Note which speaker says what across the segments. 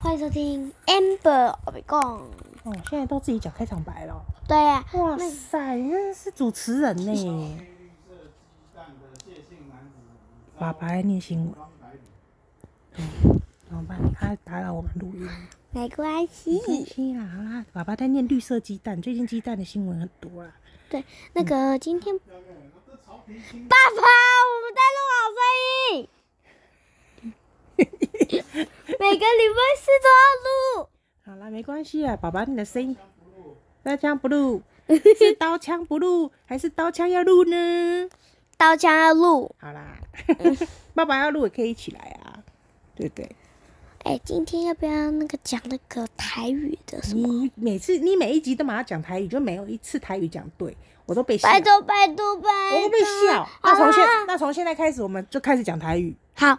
Speaker 1: 欢迎收听 Amber 我被讲。
Speaker 2: 哦，现在都自己讲开场白了。
Speaker 1: 对呀、
Speaker 2: 哇
Speaker 1: 那
Speaker 2: 塞，你真的是主持人呢！爸爸在念新闻，嗯怎么办？他打扰我们录音。
Speaker 1: 没关系。
Speaker 2: 开心啦，好啦，爸爸在念绿色鸡蛋，最近鸡蛋的新闻很多啦。
Speaker 1: 对，那个今天，爸爸，我们在录好声音，每个礼拜四都要录。
Speaker 2: 好啦，没关系啦，爸爸你的声音刀枪不入，是刀枪不入还是刀枪要入呢？
Speaker 1: 刀枪要录。
Speaker 2: 好啦， 爸爸要录也可以一起来啊，对不对？
Speaker 1: 哎、今天要不要那个讲那个台语的什么？
Speaker 2: 你每次你每一集都马上讲台语，就没有一次台语讲对，我都被笑，
Speaker 1: 拜
Speaker 2: 我
Speaker 1: 托拜托拜托。
Speaker 2: 会被笑。
Speaker 1: 好啊
Speaker 2: 那从现
Speaker 1: 啦，
Speaker 2: 那从现在开始，我们就开始讲台语。
Speaker 1: 好，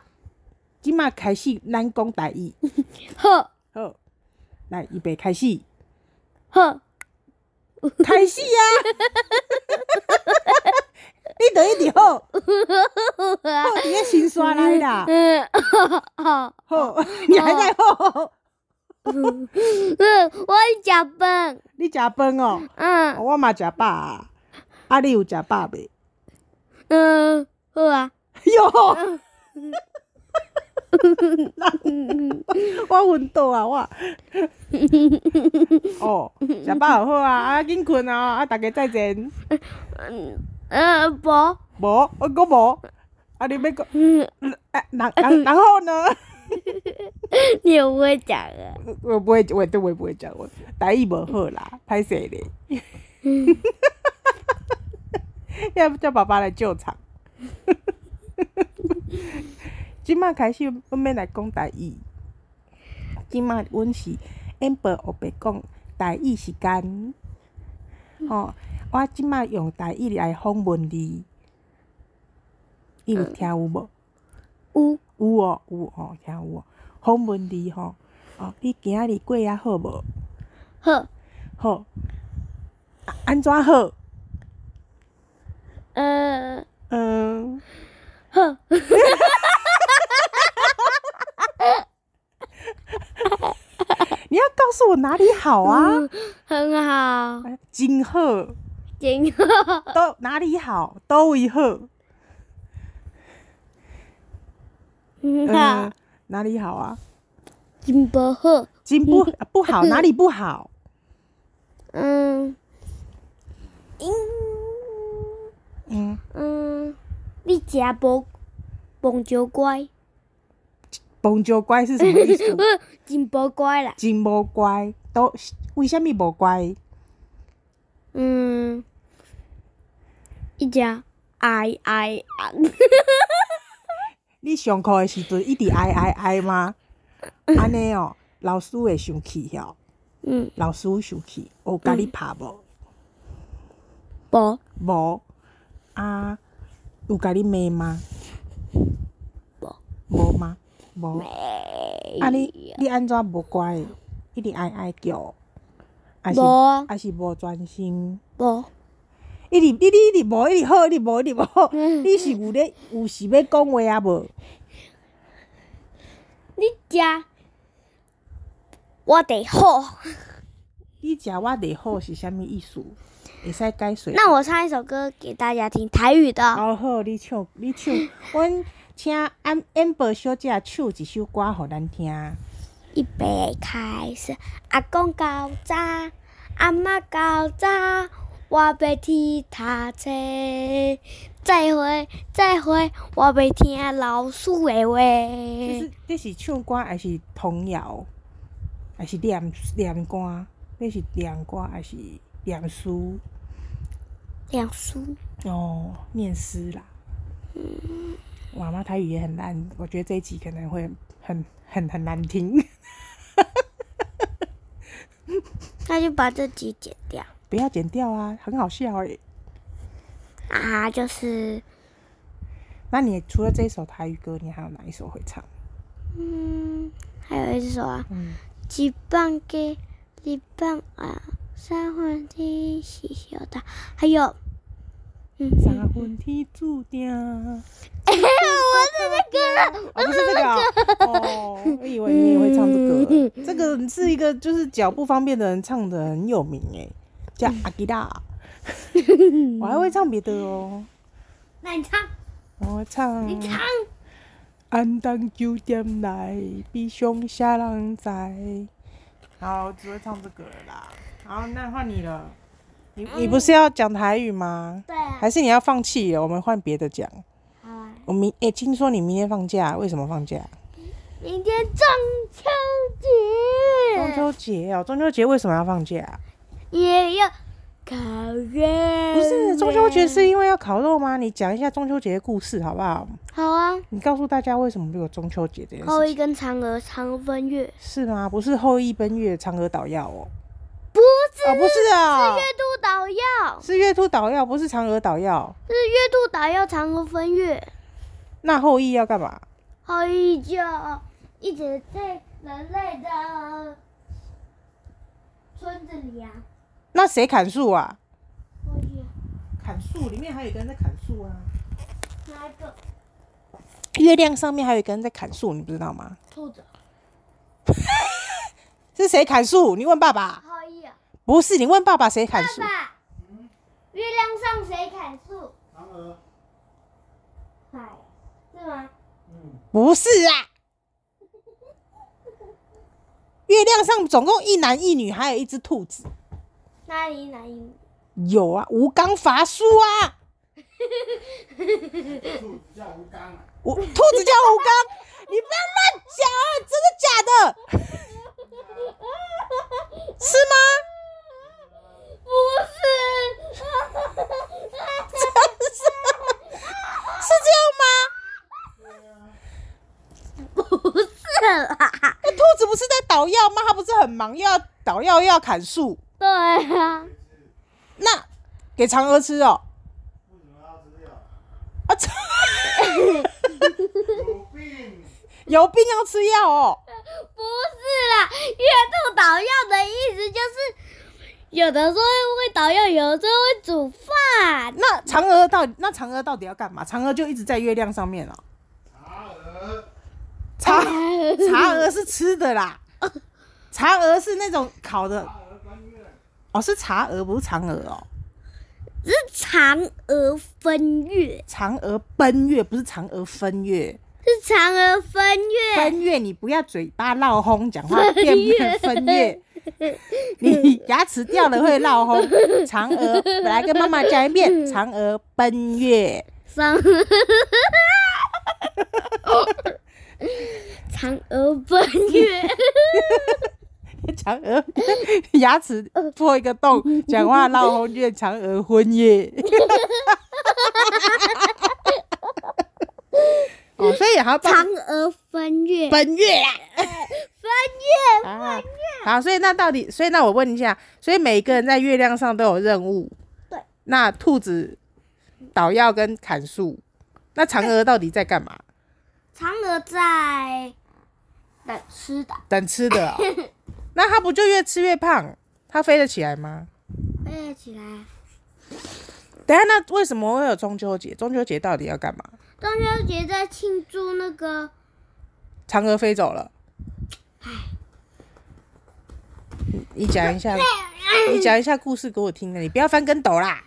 Speaker 2: 今嘛开始咱讲台 语，
Speaker 1: 呵
Speaker 2: 好，来预备开始，
Speaker 1: 呵，
Speaker 2: 开始啊！你等一点好，好你个心酸来啦，
Speaker 1: 嗯，好，
Speaker 2: 好，你还在好，
Speaker 1: 嗯，我讲笨，
Speaker 2: 你食 饭哦，
Speaker 1: 嗯。
Speaker 2: 我嘛食饱啊，啊你有食饱未？
Speaker 1: 嗯，好啊，
Speaker 2: 哟。
Speaker 1: 嗯
Speaker 2: 我晕倒啊！我哦，食饱就好啊，啊紧困啊，啊大家再见。
Speaker 1: 呃，不，
Speaker 2: 无，我讲无。啊，你要讲，
Speaker 1: 嗯
Speaker 2: 啊，然然然后呢？
Speaker 1: 你也不会讲啊。
Speaker 2: 我不会，我对我不会讲，我台语无好啦，歹势咧。 要不叫爸爸来救场？ 即摆开始，阮要来讲台语。即摆阮是 amber 黑白讲台语时间。吼、我即摆用台语来访问你，你有听有无？
Speaker 1: 有
Speaker 2: 有哦，有哦，听有哦。访问你吼、哦，你今仔日过啊好无？
Speaker 1: 好，
Speaker 2: 好。啊安怎好？
Speaker 1: 呃，
Speaker 2: 嗯，
Speaker 1: 好，
Speaker 2: 你要告诉我哪里好
Speaker 1: 嗯
Speaker 2: 啊？
Speaker 1: 很好，
Speaker 2: 啊真好，
Speaker 1: 真好，
Speaker 2: 都哪里好，都 位好。
Speaker 1: 很好
Speaker 2: 嗯，，哪里好啊？
Speaker 1: 真不好。
Speaker 2: 真不啊不好，哪里不好？
Speaker 1: 嗯，嗯
Speaker 2: 嗯，
Speaker 1: 嗯，你食无棒球乖，
Speaker 2: 蹦就乖是什么意思？
Speaker 1: 呃真不乖啦。
Speaker 2: 真无乖，都为什么无乖？
Speaker 1: 嗯，一只哎哎哎，
Speaker 2: 你上课的时阵一直哀哀哀 吗？安尼哦，老师会生气哦，
Speaker 1: 嗯，
Speaker 2: 老师生气，有甲你拍无？
Speaker 1: 不，
Speaker 2: 无啊，有甲你骂吗？
Speaker 1: 无
Speaker 2: 无吗？无。
Speaker 1: 没
Speaker 2: 啊你你安怎无乖？一直哀哀叫，啊是
Speaker 1: 无啊
Speaker 2: 啊是无专心，
Speaker 1: 不。
Speaker 2: 一直一直一直无一直好，一直无一直无 好，你是有咧有是要讲话啊无？
Speaker 1: 你食，我得好。
Speaker 2: 你食我袂好是啥物意思？会使解释？
Speaker 1: 那我唱一首歌给大家听，台语的。
Speaker 2: 好好，你唱你唱，阮请安 amber 小姐唱一首歌互咱听。
Speaker 1: 预备开始，阿公较早，阿嬷较早，我要去读册。再会，再会，我要听老师的
Speaker 2: 这
Speaker 1: 话。
Speaker 2: 是这是唱歌还是童谣？还是念念歌？这是念歌还是念书？
Speaker 1: 两书，
Speaker 2: 哦，念诗啦。哇，妈，台语也很烂，我觉得这一集可能会很很很难听。
Speaker 1: 那就把这集剪掉
Speaker 2: 不要剪掉啊，很好笑诶、
Speaker 1: 啊！就是，
Speaker 2: 那你除了这首台语歌，你还有哪一首会唱？
Speaker 1: 嗯，还有一首啊。
Speaker 2: 嗯，
Speaker 1: 一棒给一棒啊，三魂天是小的，还有， 嗯，
Speaker 2: 三分天注定。
Speaker 1: 哎、我是那个，
Speaker 2: 哦，不是这个啊、哦，我以为你也会唱这个，这个是一个就是脚不方便的人唱的，很有名哎，叫阿吉拉。我还会唱别的哦，
Speaker 1: 那你唱，
Speaker 2: 我会唱。
Speaker 1: 你唱，
Speaker 2: 安当九点来，比上下人在。好，我只会唱这个了啦。好，那换你了。你你不是要讲台语吗？
Speaker 1: 对啊，
Speaker 2: 还是你要放弃了？我们换别的讲。
Speaker 1: 好啊。
Speaker 2: 我明诶、听说你明天放假，为什么放假？
Speaker 1: 明天中秋
Speaker 2: 中
Speaker 1: 节，
Speaker 2: 秋节哦、中秋节为什么要放假？
Speaker 1: 也要烤月。
Speaker 2: 不是中秋节是因为要烤肉吗？你讲一下中秋节的故事好不好？
Speaker 1: 好啊，
Speaker 2: 你告诉大家为什么有中秋节这件
Speaker 1: 后
Speaker 2: 事
Speaker 1: 羿
Speaker 2: 情？
Speaker 1: 跟嫦娥，嫦娥奔月，
Speaker 2: 是吗？不是后羿奔月，嫦娥捣药哦、
Speaker 1: 不是
Speaker 2: 哦，不是啊、
Speaker 1: 月兔捣药，
Speaker 2: 是月兔捣药，不是嫦娥捣药。
Speaker 1: 是月兔捣药，嫦娥奔月。
Speaker 2: 那后羿要干嘛？
Speaker 1: 后羿就一直在人类的村子里啊，
Speaker 2: 那谁砍树啊？
Speaker 1: 后羿
Speaker 2: 砍树，里面还有一个人在砍树啊。
Speaker 1: 哪一个
Speaker 2: 月亮上面还有一个人在砍树，你不知道吗？
Speaker 1: 兔子？
Speaker 2: 是谁砍树？你问爸爸。
Speaker 1: 后羿啊，
Speaker 2: 不是，你问爸爸谁砍树？
Speaker 1: 爸，月亮上谁砍树？
Speaker 3: 嫦娥，
Speaker 1: 哎，是吗？
Speaker 3: 嗯，
Speaker 2: 不是啊。月亮上总共一男一女，还有一只兔子。
Speaker 1: 哪里哪里？
Speaker 2: 有啊，吴刚伐树啊，
Speaker 3: 兔子叫吴刚啊，
Speaker 2: 吴兔子叫吴刚。你不要乱讲啊，真的假的？是吗？
Speaker 1: 不是，
Speaker 2: 是是这样吗？
Speaker 1: 不是啦。
Speaker 2: 那兔子不是在捣药吗？它不是很忙，又要捣药又要砍树，
Speaker 1: 对啊，
Speaker 2: 那给嫦娥吃哦、
Speaker 3: 为什么要吃药？
Speaker 2: 啊，嫦
Speaker 3: 有病！
Speaker 2: 有病要吃药哦、
Speaker 1: 不是啦。月兔捣药的意思就是，有的时候会捣药，有的时候会煮饭。
Speaker 2: 那嫦娥到底那嫦娥到底要干嘛？嫦娥就一直在月亮上面哦、
Speaker 3: 嫦娥，
Speaker 2: 嫦嫦娥是吃的啦，嫦娥是那种烤的
Speaker 3: 嫦娥奔月，
Speaker 2: 哦，是嫦娥不是嫦娥哦、
Speaker 1: 是嫦娥奔月，
Speaker 2: 嫦娥奔月不是嫦娥分月，
Speaker 1: 是嫦娥奔月。
Speaker 2: 奔月你不要嘴巴闹轰，讲话变成分月，你牙齿掉了会闹轰。嫦娥，来跟妈妈讲一遍，嫦娥奔月，
Speaker 1: 嫦嫦娥奔 月，
Speaker 2: 嫦娥呃牙齿破一个洞，讲话闹轰月，嫦娥昏月。 哦，所以还要报
Speaker 1: 嫦娥奔月，
Speaker 2: 奔月啦。
Speaker 1: 奔月
Speaker 2: 啊，好，所以那到底，所以那我问一下，所以每个人在月亮上都有任务。
Speaker 1: 对。
Speaker 2: 那兔子捣药跟砍树，那嫦娥到底在干嘛？
Speaker 1: 嫦娥在等哎吃的，
Speaker 2: 等吃的、哦。那它不就越吃越胖？它飞得起来吗？
Speaker 1: 飞了哎起来。
Speaker 2: 等一下，那为什么会有中秋节？中秋节到底要干嘛？
Speaker 1: 中秋节在庆祝那 个
Speaker 2: 嫦娥飞走了。你你讲一下，你讲一下故事给我听啊！你不要翻跟斗啦。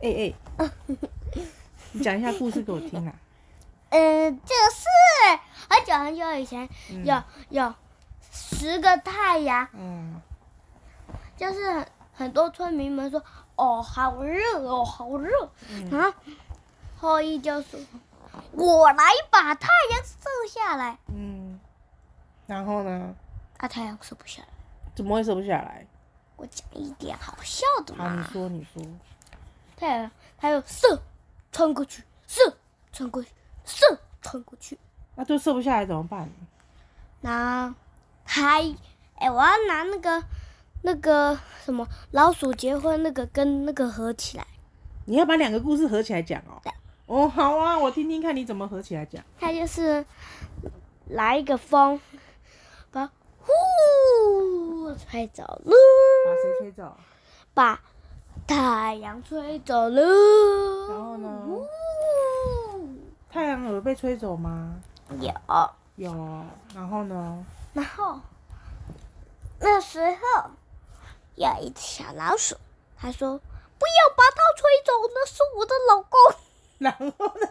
Speaker 2: 哎 哎、 你讲一下故事给我听啊啦。
Speaker 1: 呃，就是很久很久以前，有有十个太阳，
Speaker 2: 嗯，
Speaker 1: 就是很很多村民们说，哦，好热哦，好热。然后后羿就说，我来把太阳射下来。
Speaker 2: 嗯，然后呢？
Speaker 1: 啊，太阳射不下来，
Speaker 2: 怎么会射不下来？
Speaker 1: 我讲一点好笑的
Speaker 2: 好，你
Speaker 1: 嘛。
Speaker 2: 说，你说。
Speaker 1: 太阳还有射，穿过去，射，穿过去，射，穿过去。
Speaker 2: 那就啊射不下来怎么办？
Speaker 1: 拿还哎、我要拿那个那个什么老鼠结婚那个跟那个合起来，
Speaker 2: 你要把两个故事合起来讲哦。哦，好啊，我听听看你怎么合起来讲。
Speaker 1: 它就是来一个风，把呼吹走了，
Speaker 2: 把谁吹走？
Speaker 1: 把太阳吹走了。
Speaker 2: 然后呢
Speaker 1: 呼？
Speaker 2: 太阳有被吹走吗？
Speaker 1: 有
Speaker 2: 有，然后呢？
Speaker 1: 然后那时候有一只小老鼠，它说：“不要把它吹走，那是我的老公。
Speaker 2: 然后呢？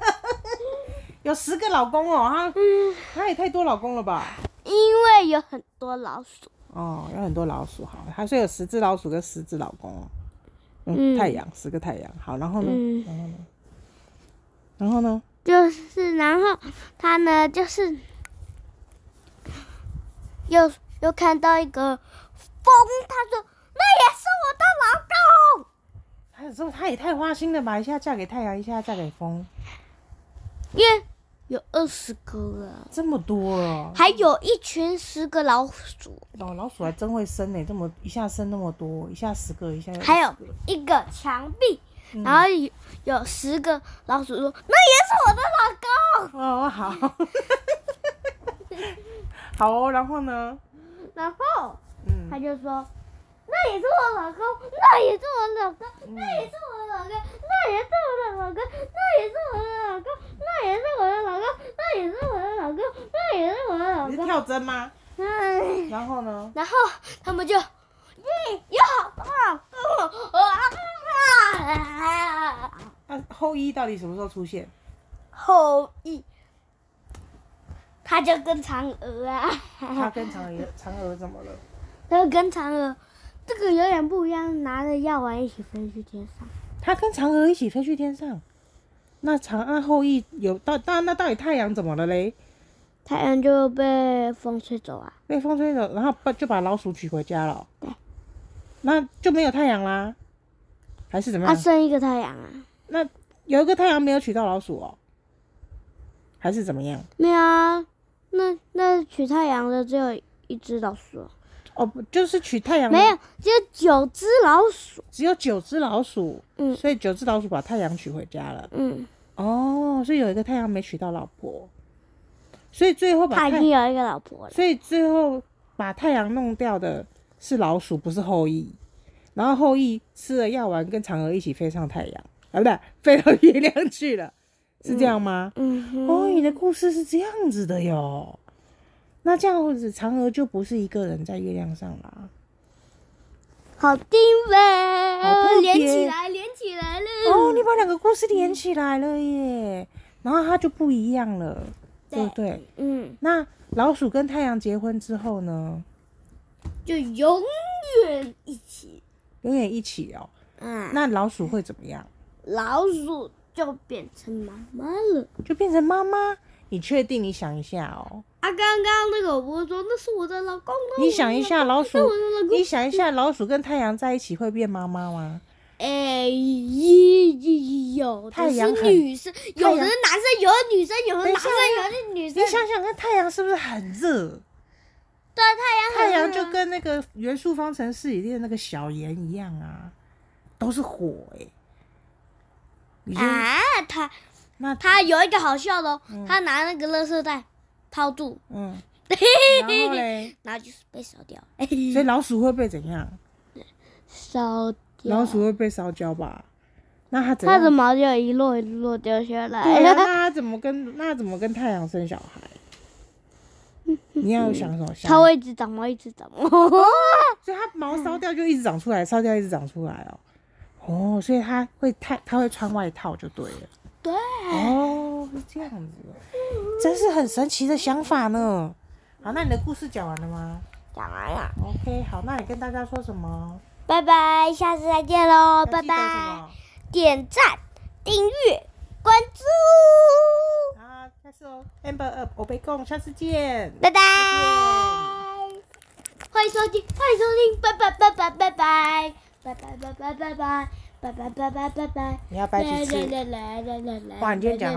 Speaker 2: 有十个老公哦，他
Speaker 1: 嗯
Speaker 2: 他也太多老公了吧？”
Speaker 1: 因为有很多老鼠，
Speaker 2: 哦，有很多老鼠，好，还是有十只老鼠跟十只老公哦。嗯，
Speaker 1: 嗯
Speaker 2: 太阳十个太阳，好，然后呢？
Speaker 1: 嗯，
Speaker 2: 然后呢？
Speaker 1: 就是然后它呢，就是又又看到一个风，它说：“那也是我的老公。
Speaker 2: 他有时候他也太花心了吧，一下嫁给太阳，一下嫁给风，”
Speaker 1: 因为有二十个了，
Speaker 2: 这么多哦。
Speaker 1: 还有一群十个老鼠。
Speaker 2: 老老鼠还真会生呢、这么一下生那么多，一下十个，一下又
Speaker 1: 还有
Speaker 2: 20个
Speaker 1: 一个墙壁，然后有有十个老鼠说：“那也是我的老公。
Speaker 2: 哦，好， 好哦，然后呢？”
Speaker 1: 然后
Speaker 2: 嗯
Speaker 1: 他，就说：“那也是我老公，那也是我老公，那也是我老公，那也是我的老公，那也是我的老公，那也是我的老公，那也是我的老公，那也是我的老
Speaker 2: 你是
Speaker 1: 公。
Speaker 2: 跳针吗？”
Speaker 1: 嗯，
Speaker 2: 然后呢？
Speaker 1: 然后他们就，嗯，有好多老公啊！
Speaker 2: 那后羿到底什么时候出现？
Speaker 1: 后羿，嗯他就跟嫦娥啊，
Speaker 2: 他跟嫦 娥嫦娥怎么了？
Speaker 1: 他就跟嫦娥，这个有点不一样，拿着药丸一起飞去天上。
Speaker 2: 他跟嫦娥一起飞去天上。那长安后羿有到到那到底太阳怎么了嘞？
Speaker 1: 太阳就被风吹走啊，
Speaker 2: 被风吹走，然后把就把老鼠娶回家了哦、那就没有太阳啦，还是怎么
Speaker 1: 他
Speaker 2: 样？
Speaker 1: 啊剩一个太阳啊，
Speaker 2: 那有一个太阳没有娶到老鼠哦，还是怎么样？
Speaker 1: 没有啊，那那取太阳的只有一只老鼠啊，
Speaker 2: 哦，不就是取太阳
Speaker 1: 没有，只有九只老鼠。
Speaker 2: 只有九只老鼠，
Speaker 1: 嗯
Speaker 2: 所以九只老鼠把太阳娶回家了。
Speaker 1: 嗯，
Speaker 2: 哦，所以有一个太阳没娶到老婆，所以最后把
Speaker 1: 他已
Speaker 2: 太
Speaker 1: 经有一个老婆了。
Speaker 2: 所以最后把太阳弄掉的是老鼠，不是后羿。然后后羿吃了药丸，跟嫦娥一起飞上太阳，啊，不对， 飞到月亮去了，是这样吗？
Speaker 1: 嗯哼，
Speaker 2: 哦，你的故事是这样子的哟。那这样子，嫦娥就不是一个人在月亮上啦。
Speaker 1: 好定位，
Speaker 2: 好特别
Speaker 1: 连起来，连起来了。
Speaker 2: 哦，你把两个故事连起来了耶，然后它就不一样了，对不对？
Speaker 1: 嗯，
Speaker 2: 那老鼠跟太阳结婚之后呢，
Speaker 1: 就永远一起。
Speaker 2: 永远一起哦。
Speaker 1: 嗯。
Speaker 2: 那老鼠会怎么样？
Speaker 1: 老鼠就变成妈妈了。
Speaker 2: 就变成妈妈？你确定？你想一下哦，
Speaker 1: 啊，刚刚那个我不是说那是我的老公吗？
Speaker 2: 你想一下，老鼠
Speaker 1: 那我的老，公
Speaker 2: 你想一下，老鼠跟太阳在一起会变妈妈吗？
Speaker 1: 哎，有
Speaker 2: 太
Speaker 1: 的
Speaker 2: 阳
Speaker 1: 是
Speaker 2: 很
Speaker 1: 女生，有的是男生，有的女生，有的
Speaker 2: 等一
Speaker 1: 男
Speaker 2: 下
Speaker 1: 生，有的女
Speaker 2: 你
Speaker 1: 生。
Speaker 2: 想想看，太阳是不是很热？
Speaker 1: 对，太
Speaker 2: 太
Speaker 1: 阳
Speaker 2: 阳
Speaker 1: 很热
Speaker 2: 就跟那个《元素方程式》里面那个小盐一样啊，都是火哎、已经
Speaker 1: 啊，他
Speaker 2: 那
Speaker 1: 他有一个好笑的哦，他拿那个垃圾袋抛住，
Speaker 2: 嗯，然 后嘞，
Speaker 1: 然后就是被烧掉了，
Speaker 2: 所以老鼠会被怎样？
Speaker 1: 烧掉。
Speaker 2: 老鼠会被烧焦吧？那它怎
Speaker 1: 它
Speaker 2: 样？
Speaker 1: 的毛就一落一落掉下来
Speaker 2: 对啊，那
Speaker 1: 了，
Speaker 2: 它怎么跟那它怎么跟太阳生小孩？你要 想什么？想
Speaker 1: 它会一直嗯长毛，一直长毛。
Speaker 2: 所以它毛烧掉就一直长出来，烧掉一直长出来哦。哦，所以它会太，它会穿外套就对了。
Speaker 1: 对，
Speaker 2: 哦，是这样子，真是很神奇的想法呢。好，那你的故事讲完了吗
Speaker 1: 讲完了。
Speaker 2: ？OK，好，那你跟大家说什么？
Speaker 1: 拜拜，下次再见喽，
Speaker 2: 要
Speaker 1: 拜
Speaker 2: 记得什
Speaker 1: 拜
Speaker 2: 么！。
Speaker 1: 点赞、订阅、关注，
Speaker 2: 啊，下次哦，Amber Up，我被供，下次见。
Speaker 1: 拜拜！欢迎收听，欢迎收听，拜拜拜拜拜拜，拜拜拜拜拜拜，拜拜拜拜拜拜。
Speaker 2: 你要掰几次？
Speaker 1: 啦啦啦啦啦啦
Speaker 2: 哇你今天讲好